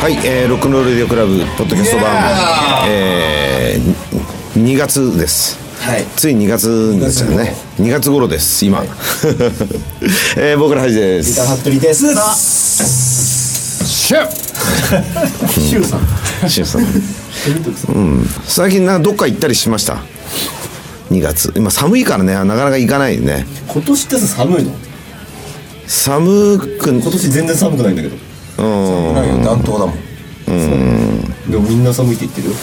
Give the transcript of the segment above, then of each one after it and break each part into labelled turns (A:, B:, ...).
A: はい、えー、ロックンロールレディオクラブポッドキャスト版、えー、2月です
B: はい
A: つい2月ですよね2月頃です今、 えー、僕らはじです
B: ギターハットリですシュシュウさん
A: シュウさん。うん。 最近などっか行ったりしました。2月。今寒いからね、なかなか行かないね。
B: 今年ってさ寒いの
A: 寒くん
B: 今年全然寒くないんだけど
A: うん。
C: ないよ暖冬だもん
B: でもみんな寒いって言ってるよ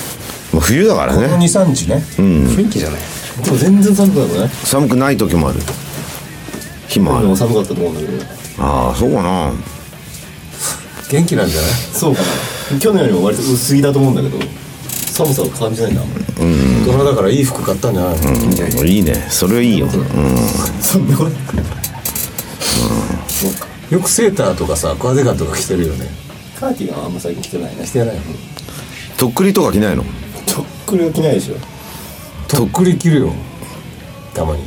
A: まあ冬だから
C: この
A: ね。
C: 23日ね
B: 雰囲気じゃないでも全然寒くないもんね
A: 寒くない時もある。日もあ
B: 俺
A: る
B: も。寒かったと思うんだけど
A: ああ、そうかな。
C: 元気なんじゃない
B: そうかな去年よりも割と薄着だと思うんだけど寒さを感じないなあんまり
C: 大人だからいい服買ったんじゃないの
A: いいね。それはいいよ。うん。
B: そんなこと
C: よくセーターとかさクワデカとか着てるよね
B: カーティガンはあんま最近着てないね
C: 着てないの
A: とっくりとか着ないの。
B: とっくりは着ないでしょ
C: とっくり着るよたまに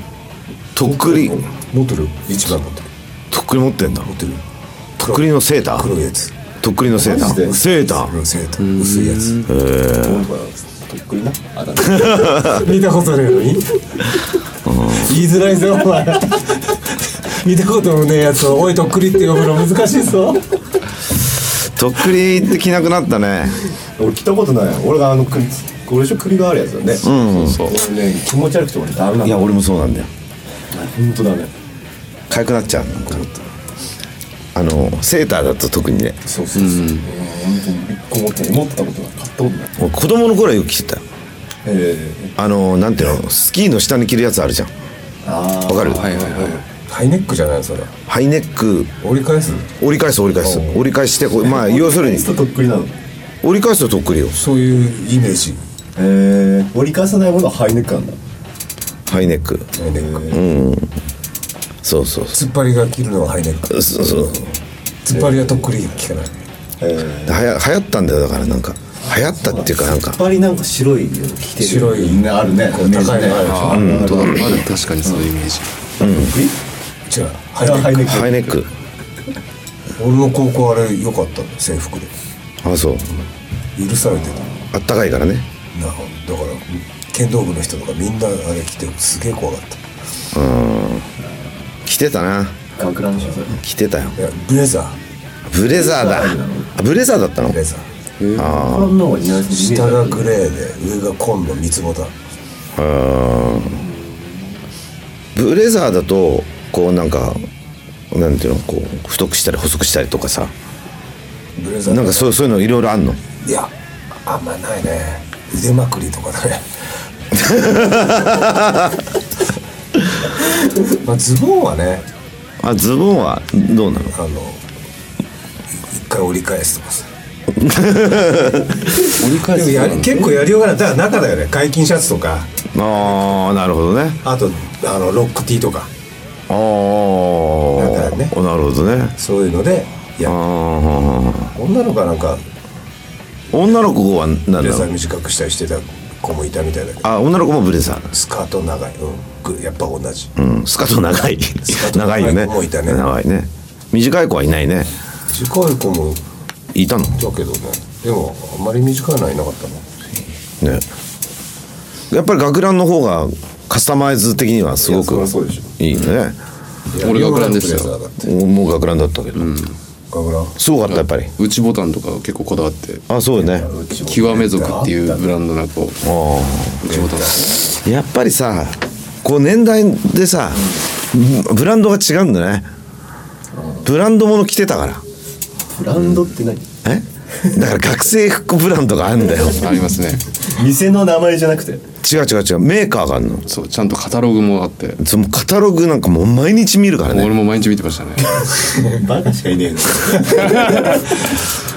A: とっくり。
C: 持ってる一番持ってる
A: とっくり持ってんだ。
C: 持ってる
A: とっくりのセーター。
C: 黒いやつ
A: とっくりのセータ
B: マジ
A: ー。
B: で
A: セーター。
C: 黒いセーター薄いやつ
B: どうかとっくりなあだ名
C: 見たことないのに言いづらいぞお前見たこともねえやつを「おいとっくり」って呼ぶの難しいぞ
A: とっくりって着なくなったね。
B: 俺着たことない俺があの栗俺でしょ栗があるやつだね
A: うん。そう
B: 俺ね気持ち悪くて俺ダメなんだ
A: いや、俺もそうなんだよ。
B: 本当だね
A: かゆくなっちゃうなんかあのセーターだと特にね
B: そうそうそう本当に一個持ってない持ってたことない買ったことない
A: 俺子供の頃はよく着てたよ
B: ええ
A: あのなんていうのスキーの下に着るやつあるじゃん
B: あ
A: わかる、
C: ハイネックじゃないそれ
A: ハイネック
C: 折り返す
A: 折り返す折り返す折り返してこうまあ要するに
B: あとっくりなの
A: 折り返すととっくりよ
C: そういうイメージ
B: ええ折り返さないものはハイネックなんだ
A: ハイネック
C: ハイネック
A: そうそうそ
C: 突っ張りが切るのはハイネック
A: うそうそう
C: 突っ張りはとっくり聞かない
B: ええ
A: はや流行ったんだよだからなんか流行ったっていうかなんか
B: やっぱりなんか白いの着てる
C: 白い
B: ねあるね
C: こう高いのあるでしょ
D: ああ、本当だ。ある確かにそのイメー
C: 違
D: ジ。
C: うハ
B: あれはハイ
C: イネ
B: ネ
C: ッ
B: ック
A: ハイネック
C: ク俺の高校あれ良かったの制服で
A: あそう
C: 許されてた
A: あったかいからね
C: なだから剣道部の人とかみんなあれ着てすげえ怖かった
A: 着てたな
B: 学ランでしょそれ
A: 着てたよ
C: いやブレザー
A: ブレザーだあブレザーだったの
C: ブレザー
B: 学ランの方が似合いそう地味
C: 下
B: だ
C: がグレーで上が紺の三つボタン
A: ブレザーだとこうなんかなんていうのこう太くしたり細くしたりとかさ
C: ブレザー
A: なんかそうそういうのいろいろあんの
C: いやあんまないね腕まくりとか だねまあズボンはね
A: あズボンはどうなの
C: あの一回折り返すと かさ
D: 折り返
C: でもやり
D: す。
C: 結構やりようがないだから中だよね解禁シャツとか
A: ああなるほどね
C: あとあのロックティーとか
A: ああ
C: だからね
A: なるほどね
C: そういうのでい
A: あ
C: や
A: あ
C: 女の子はなんか
A: 女の子は何だ
C: レザ
A: ろ
C: ー
A: う
C: 短くしたりしてた子もいたみたいだけど
A: あ女の子もブレザー
C: スカート長い、うん、ぐやっぱ同じ
A: うん、スカート長い
C: カート
A: 長
C: 長
A: い
C: い
A: よね
C: 子もいたね
A: 長いね短い子はいないね
C: 短い子もい
A: いたの
C: たけどねでもあんまり短いのはいなかったな
A: ねやっぱり学ランの方がカスタマイズ的にはすごく
B: いやそりゃそうでし
A: いいね
D: 俺学ランですよ
C: レザーだって
A: もうもう学ランだったけど、
C: 学ラン
A: すごかったやっぱり
D: 内ボタンとか結構こだわって。
A: あそうよね
D: 極め族っていうブランドのこう
A: あ
D: 内ボタン。
A: あやっぱりさこう年代でさブブランドが違うんだねブランドもの着てたから
B: ブランドって何
A: えだから学生服ブランドがあるんだよ
D: ありますね。
B: 店の名前じゃなくて
A: 違う違う違うメーカーがあるの
D: そうちゃんとカタログもあって。
A: そのカタログなんかもう毎日見るから
D: 俺
A: ね
D: も毎日見てましたね。
B: バカしかいねえの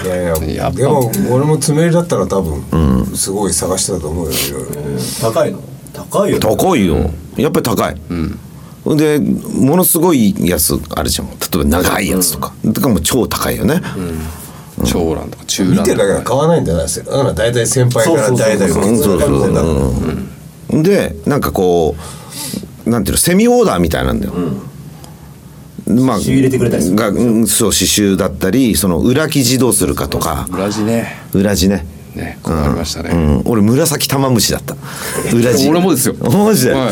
C: いやい
D: や
C: や
D: っぱ
C: でも俺も爪入りだったら多分、すごい探してたと思うよいろいろ
B: 高いの高いよ
A: 高いよやっぱり高い、でものすごいやつあるじゃん例えば長いやつとか、とかもう超高いよね、
D: 長蘭とか中
C: 見
D: 蘭
C: て
D: と
C: るだけ
D: か。
C: は買わないんだよなだから大体先輩から代々
A: うんそうそうそう、
C: う
A: うんでなんかこうなんていうのセミオーダーみたいなんだよ、まあ
B: 刺繍入れてくれたりする
A: がうんそう刺繍だったりその裏生地どうするかとか
D: 裏地ね
A: 裏地ね
D: ねこうありましたね、
A: うん、俺紫玉虫だった裏地
D: 俺もですよ
A: マジで、
D: はい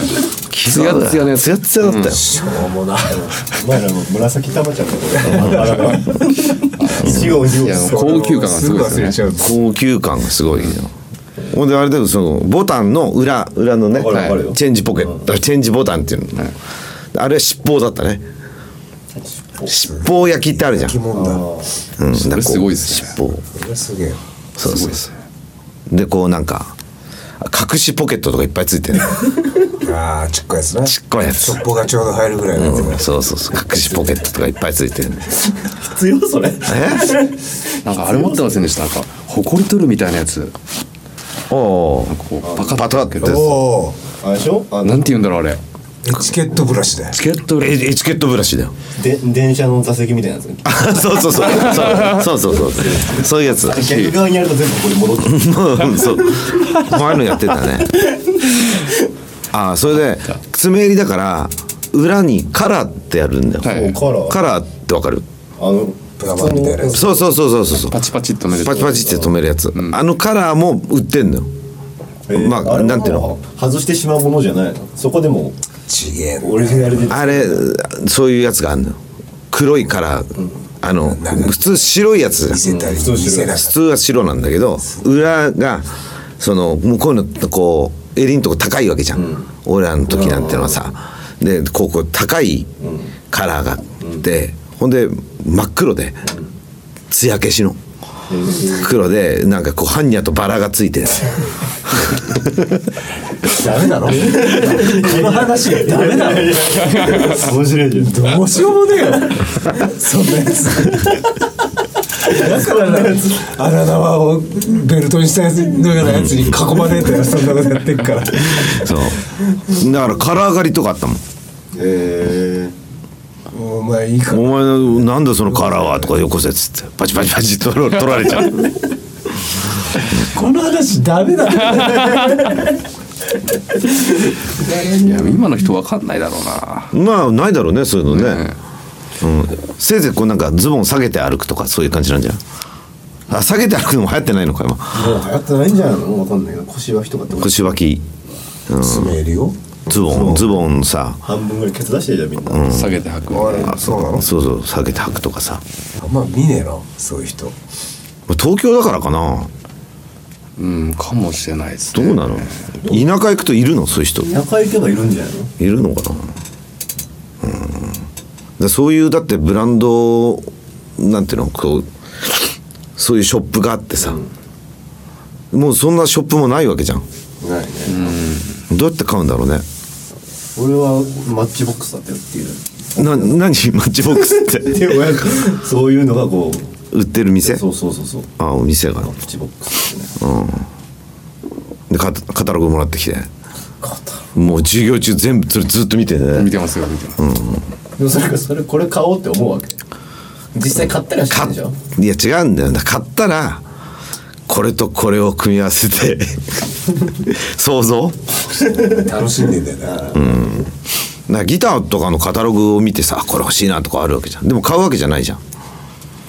A: ツヤ
D: ツヤツヤのやつ
A: ツヤツヤだったよ、
B: どうもなお前らも紫玉ちゃんのことこ一応
D: い
B: 二
D: や
B: 応
D: 高級感がすごいで
C: すぐ
D: すね
C: 忘れちゃう
A: 高級感がすごいよ、ほんであれだけどそのボタンの裏裏のね
B: わかるわかるよ
A: チェンジポケット、チェンジボタンっていうの、あれは尻尾だったね尻尾焼きってあるじゃん、
C: 疑問だ
A: うん、だからこう
D: すごいっすね
A: 尻尾を
C: これすげえ
A: そう
D: すご
A: そ
D: いうですね
A: でこうなんか隠しポケットとかいっぱいつい てる、
C: ああちっこいやつな
A: ちっこいやつ
C: そこがちょうど入るぐらいのやつ
A: うん、そうそうそう隠しポケットとかいっぱいついてる
B: 必要それ
A: え
D: なんかあれ持ってませんでしたなんかホコリ取るみたいなやつ
A: おお
D: こうパカッ
A: パタ
D: と
A: ッ
D: 開け
A: て
D: る
C: おお
B: あれでしょあ
D: な
B: の
D: んて言うんだろうあれ
C: エチケットブラシだよ
D: チケット
A: えエチケットブラ シだよ
B: で電車の座席みたいなやつ
A: そうそうそうそうそうそうそうそういうや つ
B: 逆側にやると全部ここに戻ってくる
A: うんそうこういうのやってたねああそれで爪襟だから裏にカラーってやるんだよ、
D: は
B: も
D: い
B: うカラー
A: カラーってわかる
B: あの
C: プラバンみたいなやつ
A: そうそうそうそうそうそう
D: パチパチっとめる
A: パチパチって止めるやつ、あのカラーも売ってんのよまあ
B: れは
A: なんていうの
B: 外してしまうものじゃないのそこでも
C: ちげえな
B: オリジナルで
A: あれそういうやつがあるのよ黒いカラー、あの普通白いやつじゃん
C: 見せたり見
B: うん
C: せなかっ
A: 普通は白なんだけど裏がその向こうのこう襟のとこ高いわけじゃん、俺らの時なんてのはさでこうこう高いカラーがあって、ほんで真っ黒で艶消しの黒でなんかこう般若とバラがついてる
C: たダメだろこの話がダメだろ
B: 面白いじゃん
C: どうしようもねえよそんなやつだからな穴縄をベルトにしたやつのようなやつに囲まれてそんなことやってっから
A: そうだからカラー狩りとかあったもん
B: え
C: お前いい
A: 「
C: か
A: お前のなんだそのカラーは」とかよこせっつってパチパチパチと取られちゃう
C: この話ダメだ
D: いや今の人わかんないだろうな
A: まあないだろうねそういうのね、
D: ね
A: うん、せいぜいこうなんかズボン下げて歩くとかそういう感じなんじゃないあ下げて歩くのも流行ってないのか今
B: もう流行ってないんじゃないのわかんないけど腰は太かった
A: 腰脇
C: 詰めるよ
A: ズボンズボンさ
B: 半分ぐらいケツ出してるじゃんみんな、
D: 下げて履くみたいな
C: あそうなの
A: そうそう下げて履くとかさ
C: あんま見ねえなそういう人
A: 東京だからかな
D: うんかもしれないです
A: ど
D: ね
A: うなの田舎行くといるのそういう人い
B: 仲良いけばいるんじゃないの
A: るのかなうんでそういうだってブランドなんていうのこうそういうショップがあってさ、もうそんなショップもないわけじゃん
B: ないね、
A: どうやって買うんだろうね
B: 俺はマッチボックスだったよっていう
A: な何マッチボックスって
B: で 親がそういうのがこう
A: 売ってる店
B: そうそうそうそう
A: あお店が
B: マッチボックスってね
A: でカタカタログもらってきてもう授業中全部それずっと見て
D: 見
A: ね
D: てますよ見てます、
B: でもそれそれこれ買おうって思うわけ実際買ったりはして
A: 買
B: る
A: っ
B: じゃん
A: いや違うんだよだから買ったらこれとこれを組み合わせて 想像だか
C: 楽しんでんだよな、
A: らギターとかのカタログを見てさあこれ欲しいなとかあるわけじゃんでも買うわけじゃないじゃん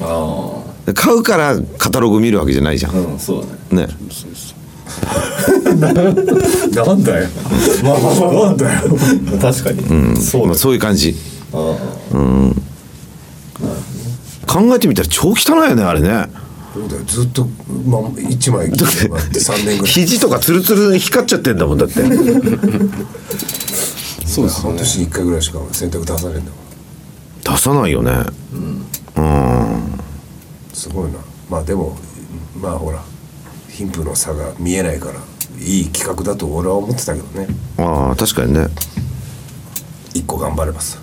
B: あ
A: で買うからカタログ見るわけじゃないじゃ
B: あ
A: ん
B: うんそうだね
A: ね
C: なんだよまあまあまあなんだよ
B: 確かに、そう
A: ま
B: だ
A: あ、そういう感じ
B: ああ
A: 考えてみたら超汚いよねあれね
C: そうだよずっと、まあ、1枚着てもらって3年ぐらい
A: 肘とかツルツルで光っちゃってんだもんだって
D: そうですよ
C: 半
D: ね
C: 年1回ぐらいしか洗濯出されんだか
A: 出さないよね
C: らすごいなまあでもまあほら貧富の差が見えないからいい企画だと俺は思ってたけどね
A: ああ確かにね
C: 一個頑張ればさ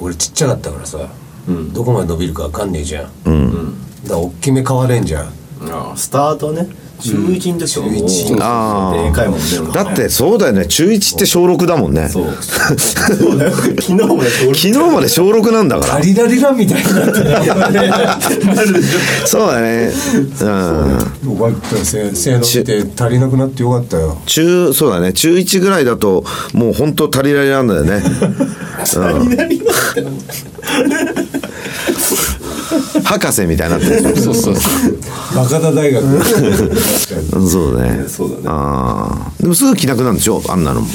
C: 俺ちっちゃかったからさ、どこまで伸びるかわかんねえじゃん、だから大きめ買われんじゃん
B: ああスタートね中1の時はもう、
C: 中一
A: ああ
B: でかいもんね
A: だってそうだよね中1って小6だもんね
B: そ
A: 昨
B: うそうだよ昨日もだって俺
A: 日まで小6なんだか
C: ラリラリラみたいになってない
A: らそうだねうん
C: お前せ性能って足りなくなってよかったよ
A: 中そうだね中1ぐらいだともう本当足りられなんだよね博士みたいになってる
D: そうそうそう
C: バカ田大学
A: そうだね
B: そうだね
A: ああでもすぐ着なくなるんでしょあんなのも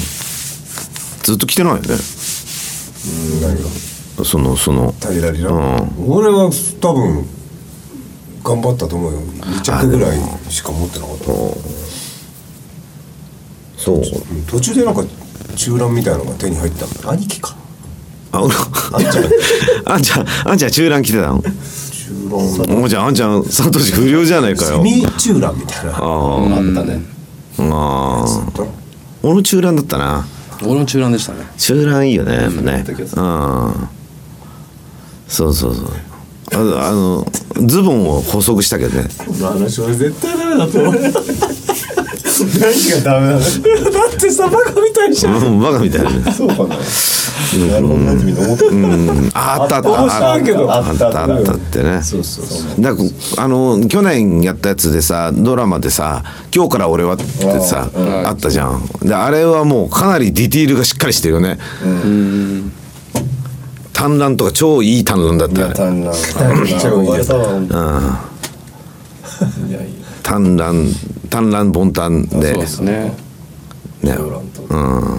A: ずっと着てないよねそのその
B: タイラリラ
A: うん
C: 俺は多分頑張ったと思うよ2着ぐらいしか持ってなかった
A: そう
C: うん途中でなんか中乱みたいなのが手に入ったんだ兄貴か
A: あう
C: あんちゃん
A: あんちゃんあんちゃん中乱着てたの
C: 中乱
A: おもちゃんあんちゃんサトシ不良じゃないかよ
C: セミ中乱みたいな
A: あ
C: あ
D: あったね
A: ーあー俺も中乱だったな
D: 俺も中乱でしたね
A: 中乱いいよねやっぱね
B: だけど
A: うんそうそうそうああのズボンを補足したけどね
C: この話俺絶対ダメだと思うだ
B: 何がダメなの
C: ってさバカみたいじゃん
A: うんバカみたいな
B: そうかななるほどなってみんな思ってる
A: うんああったあったあ
B: あったけど
A: あったあったあったってね
B: そうそうそう
A: だからあの去年やったやつでさドラマでさ「今日から俺は」ってさあったじゃんであれはもうかなりディティールがしっかりしてるよね単乱とか超いい単乱だったよね
B: 単な憧れたわ本当にいやいや
A: 単乱単乱凡単で
D: そうですね
A: ね
B: ローランと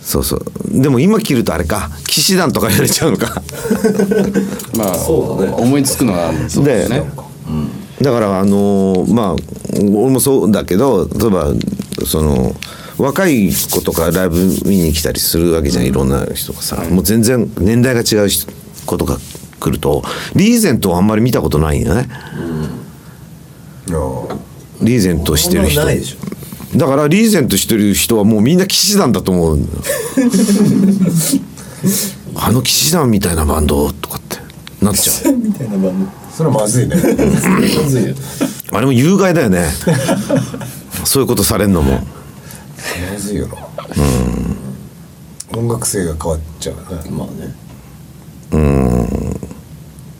A: そうそうでも今着るとあれか騎士団とかやれちゃうのか
D: まあ
B: そうだね
D: 思いつくのはそうですね
A: だからあのーまあ俺もそうだけど例えばその若い子とかライブ見に来たりするわけじゃんいろんな人がさ、もう全然年代が違う人子とか来るとリーゼントをあんまり見たことないんよねリーゼントしてる人
B: そんなのないでし
A: だからリーゼントしてる人はもうみんな騎士団だと 思うんだよあの騎士団みたいなバンドとかってなっちゃう
B: みたいなバン
C: それはまずいね
B: ドむずいよ
A: あれも有害だよねそういうことされんのも
C: まずいよな音楽性が変わっちゃうからね
B: まあね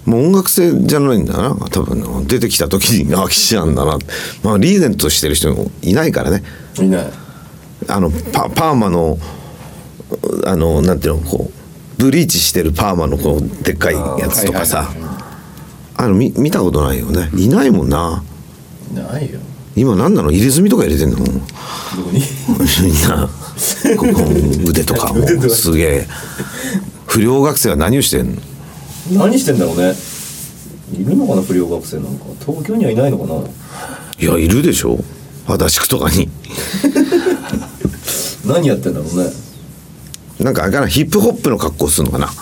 A: もう音楽性じゃないんだな多分出てきた時にあ騎士なんだなまあリーゼントしてる人もいないからね
B: いない
A: あのパパーマのあのなんていうのこうブリーチしてるパーマのこうでっかいやつとかさあの見見たことないよねいないもんない
B: ないよ
A: 今何なの入れ墨とか入れてんのみん
B: どこに
A: なここ腕とかも
B: 腕とか
A: すげえ不良学生は何をしてんの
B: 何してんだろうねいるのかな不良学生なんか東京にはいないのかない
A: やいるでしょ足立区とかに
B: 何やってんだろうね
A: なんかあれかなヒップホップの格好するのかな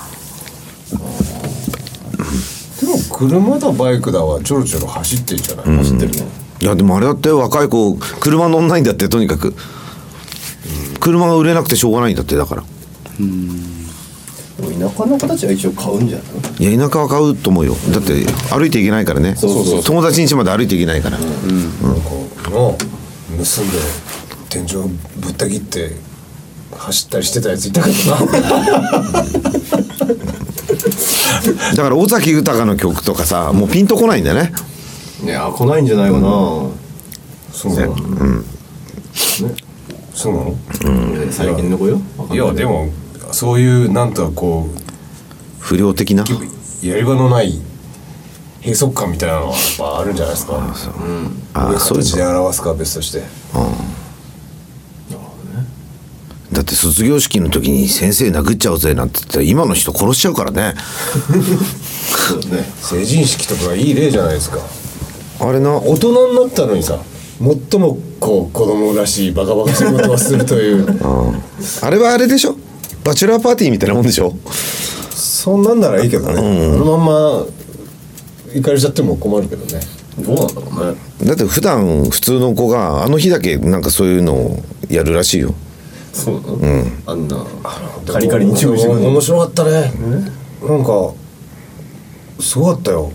C: でも車だバイクだはちょろちょろ走ってんじゃない、
B: 走ってるね
A: いやでもあれだって若い子車乗んないんだってとにかく車が売れなくてしょうがないんだってだから
B: でも田舎の子たちは一応買うんじゃない
A: いや田舎は買うと思うよだって歩いていけないからね
B: そうそうそう
A: 友達ん家まで歩いていけないから、
C: なんかの盗んで天井ぶった切って走ったりしてたやついたけどな
A: だから尾崎豊の曲とかさもうピンとこないんだよね
B: いや来ないんじゃないかな
C: そうなの、ねそうなの
B: 最近の子よ
C: いやでもそういうなんとかこ
A: 不良的な
C: うやり場のない閉塞感みたいなのはやっぱあるんじゃないですか
A: あ
C: どうい
A: ー
C: う
A: そういう
C: 形で表すかは別として
A: だって卒業式の時に先生殴っちゃおうぜなんて言ったら今の人殺しちゃうからね
B: そうだね
C: 成人式とかいい例じゃないですか
A: あれな
C: 大人になったのにさ最もこう子供らしいバカバカしいことをするという
A: あれはあれでしょバチュラーパーティーみたいなもんでしょ
C: そんなんならいいけどね、このまんま行かれちゃっても困るけどね
B: どうなんだろうね
A: だって普段普通の子があの日だけなんかそういうのをやるらしいよ
B: そうだねあんなカリカリに注意してくる
C: 面白かったねなんかすごかったよ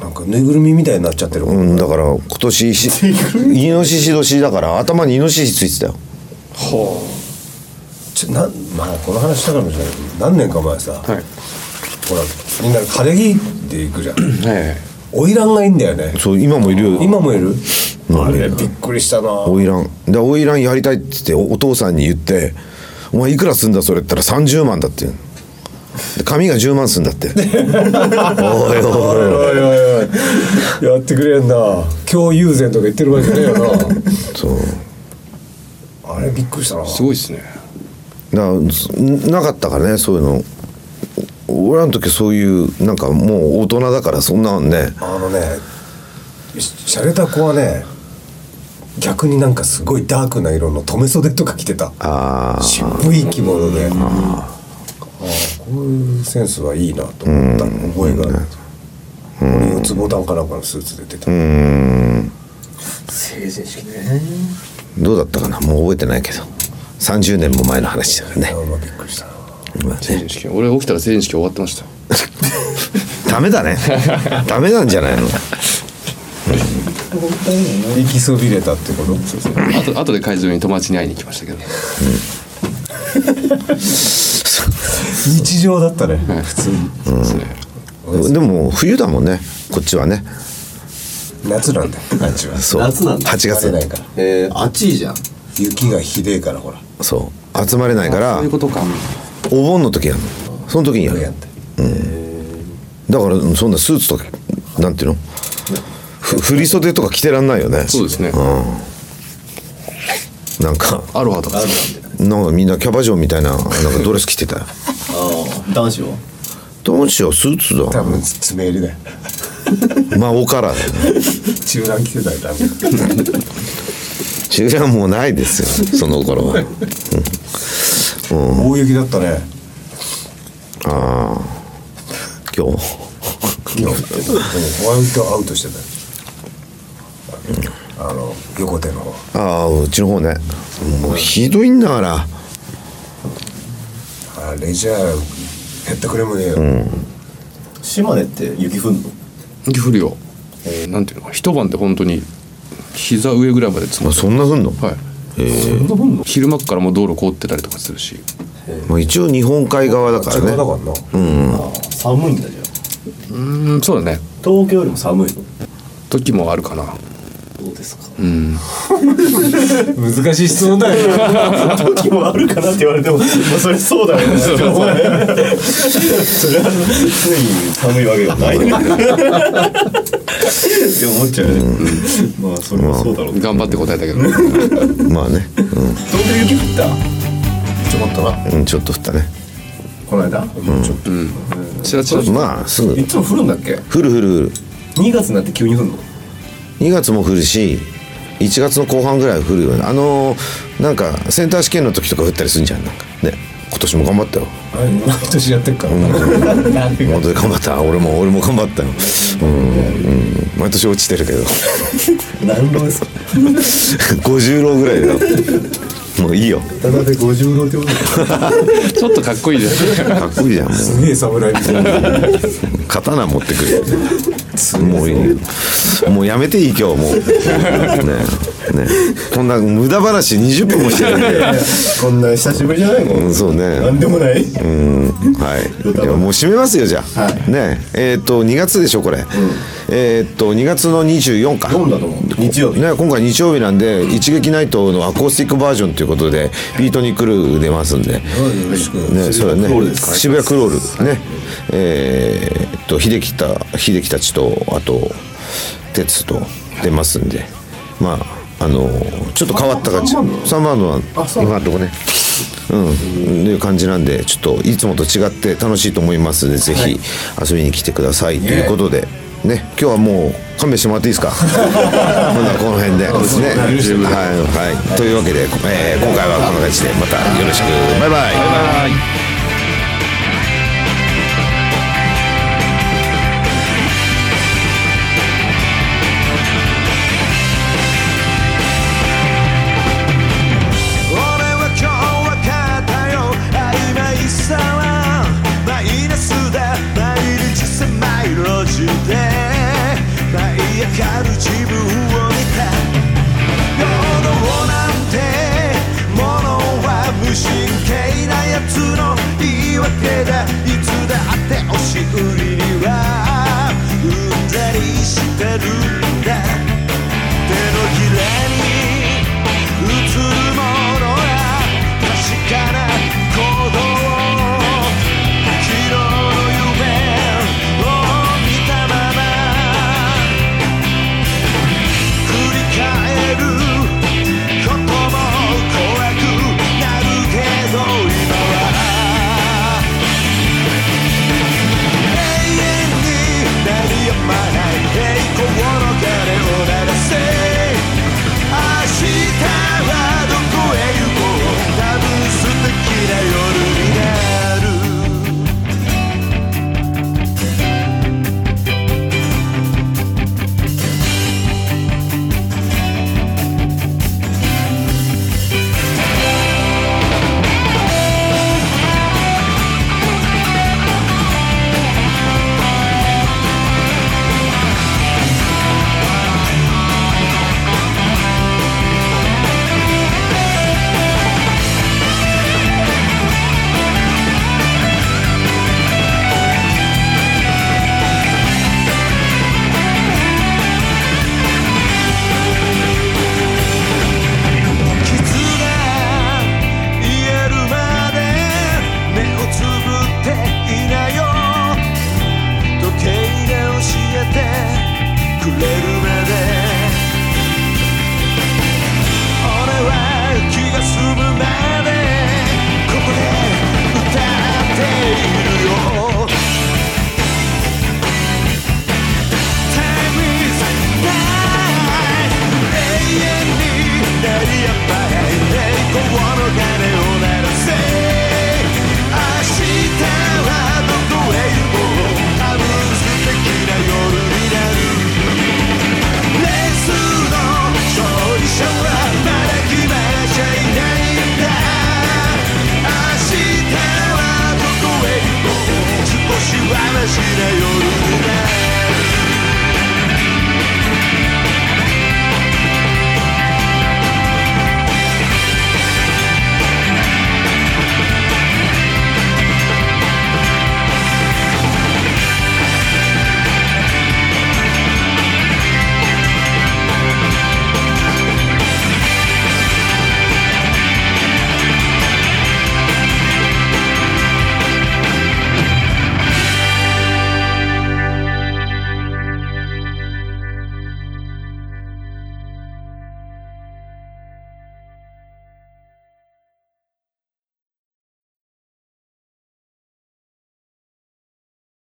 C: なんかぬいぐるみみたいになっちゃってる、
A: うんだから今 年しイノシシ年だから頭にイノシシついてたよ
C: ちょなんまあこの話したかもしれないけど何年か前さ、
D: はい
C: ほらみんな晴れ着で行くじ ゃん
D: え
C: 花魁がいいんだよね
A: そう今もいるよ
C: 今もいる
A: うん
C: あれびっくりしたな
A: 花魁で花魁やりたいっつっておお父さんに言って「お前いくらすんだそれ」って言ったら30万だって言うので髪が10万すんだ っておいおいおい
C: おいおいおいやってくれんな今日友禅とか言ってるわけねえよな
A: そう
C: あれびっくりしたな
D: すごいですね
A: だからすなかったからねそういうの俺らの時そういうなんかもう大人だからそんなんね
C: あのねし洒落た子はね逆になんかすごいダークな色の留め袖とか着てた
A: ああ
C: 渋い着物であーこういうセンスはいいなと思った覚えがある俺四つボタンかなんかのスーツで出てた
B: 成人式ね
A: どうだったかなもう覚えてないけど30年も前の話だからね
C: あーまあびっくりしたな
A: まあ
D: 成
A: ね
D: 人式俺起きたら成人式終わってました
A: ダメだねダメなんじゃないの
C: 行きそびれたってこと
D: あと後で会場に友達に会いに行きましたけど
C: 日常だったね普通に
D: そうですね
A: でも冬だもんねこっちはね
C: 夏なんだよあっちは
A: そう
B: 夏なんだ
A: 8
C: 出せない
A: 月
C: から
B: えー、あっちいいじゃん
C: 雪がひでえからほら
A: そう集まれないから
D: そういうことか
A: お盆の時やるのその時にや
C: や
A: る
C: って
A: だからうんそんなスーツとかなんていうのふ振袖とか着てらんないよね
D: そうですね
A: うんなんか
D: アロハとかですね
A: なんかみんなキャバ嬢みたいななんかドレス着てたよ
B: ああ男子は
A: どうしようスーツだ
C: 多分爪襟だよ
A: まあおからだよね
C: 中段着てたよ多分
A: 中はもうないですよその頃は
C: 大雪だったね
A: ああ今日
C: 昨日ホワイトアウトしてたよあの横手の方
A: ああうちの方ねもうひどいんだから
C: あれじゃあ減ったくれもねえよ、
B: 島根って雪降んの
D: 雪降るよなんていうの一晩で本当に膝上ぐらいまで積
A: まあ
D: もって
A: そんなふんの、
D: はい昼間っからもう道路凍ってたりとかするし
A: まあ、一応日本海側だから
C: 邪魔だ
A: ね
C: からな、
B: ああ寒いんだじゃん
D: うんそうだね
B: 東京よりも寒いの
D: 時もあるかな
B: どうですか
C: 難しい質問だよ
B: 時もあるかなって言われても、まあ、それそうだよねそれは常に寒いわけではないって思っちゃうよね、まあそれはそうだろう
D: 頑張って答えたけど
A: まあね、
B: 東京雪降った
C: ちょこっとな
A: うん、ちょっと降ったね
B: この間、ちょっ
D: チラチラと
A: まあすぐ
B: といつも降るんだっけ
A: 降る降る降る
B: 2月になって急に降るの
A: 2月も降るし1月の後半ぐらい降るようなあのーなんかセンター試験の時とか降ったりするんじゃんなんかね今年も頑張ったよ
C: 毎年やってっからな、
A: 本当に頑張った俺も俺も頑張ったようん、うん、毎年落ちてるけど
B: 何度ですか
A: 50浪ぐらいだよもういいよ
B: ただで50度ってこと
D: ちょっとかっこいいじゃん
A: かっこいいじゃんもう
C: すげえ侍みたいな
A: 刀持ってくるもういいよもうやめていい今日もうねねこんな無駄話20分もしてるんで
B: こんな久しぶりじゃないもん、、
A: うんんそうね
B: 何でもない
A: うんはいではもう締めますよじゃあ、ねえっ、と2月でしょこれ、えっ、と2月の24か
B: 4だと思う日曜日
A: ね、今回日曜日なんで「一撃ナイト」のアコースティックバージョンということでビートにクルー出ますんで、
B: よろしく
A: ね、それはね
B: ロールですか
A: 渋谷クロールねえーっと秀樹た秀樹たちとあと鉄と出ますんでまああのちょっと変わった感じサマーのは今のとこねうんいう感じなんでちょっといつもと違って楽しいと思いますのでぜひ遊びに来てくださいということで。ね、今日はもう勘弁してもらっていいです かほなこの辺でね、はいはい、というわけで、えー今回はこんな感じでまたよろしくバイバイ
D: はい